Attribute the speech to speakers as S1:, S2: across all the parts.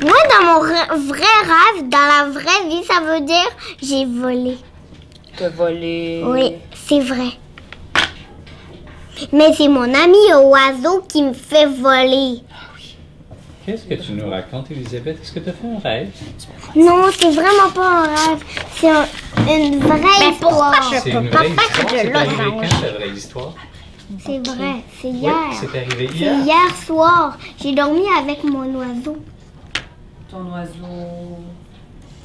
S1: Moi, dans mon re- vrai rêve, dans la vraie vie, ça veut dire j'ai volé.
S2: T'as volé.
S1: Oui, c'est vrai. Mais c'est mon ami oiseau qui me fait voler.
S3: Qu'est-ce que tu nous racontes, Elisabeth? Est-ce que tu as fait un rêve?
S1: Non, c'est vraiment pas un rêve. C'est un- une vraie histoire.
S3: C'est une vraie histoire. C'est arrivé quand, ta vraie histoire?
S1: C'est vrai, c'est
S3: Oui,
S1: Ah, hier.
S3: c'est arrivé
S1: c'est
S3: hier.
S1: hier soir. J'ai dormi avec mon oiseau.
S2: Ton oiseau.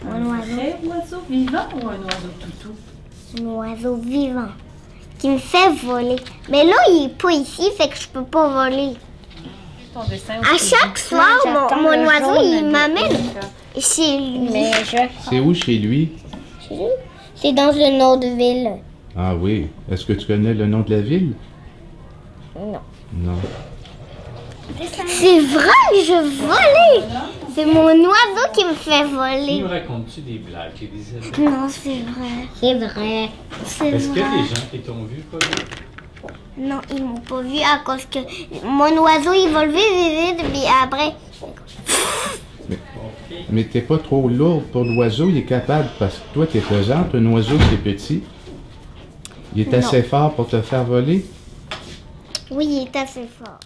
S1: Mon oiseau.
S2: vrai oiseau vivant ou un oiseau toutou?
S1: un oiseau vivant qui me fait voler. Mais là, il est pas ici, fait que je peux pas voler.
S2: Ton dessin
S1: À chaque soir, mon, mon oiseau, il m'amène chez lui.
S4: Mais je.
S5: C'est où chez lui?
S1: C'est dans une autre ville.
S5: Ah oui. Est-ce que tu connais le nom de la ville?
S4: Non.
S5: Non.
S1: C'est vrai que je volais. C'est mon oiseau qui me fait
S3: Tu
S1: voler.
S3: nous racontes-tu des blagues, Elisabeth?
S1: Non, c'est vrai.
S4: C'est vrai.
S1: C'est
S3: Est-ce qu'il y a
S1: vrai.
S3: des gens qui t'ont vu, pas vu?
S1: Non, ils m'ont pas vu à cause que mon oiseau, il vole vite, vite, vite, puis après,
S5: Mais t'es pas trop lourd pour l'oiseau, il est capable, parce que toi, t'es pesante, un oiseau, c'est petit. Il est assez fort pour te faire voler.
S1: oui, il est assez fort.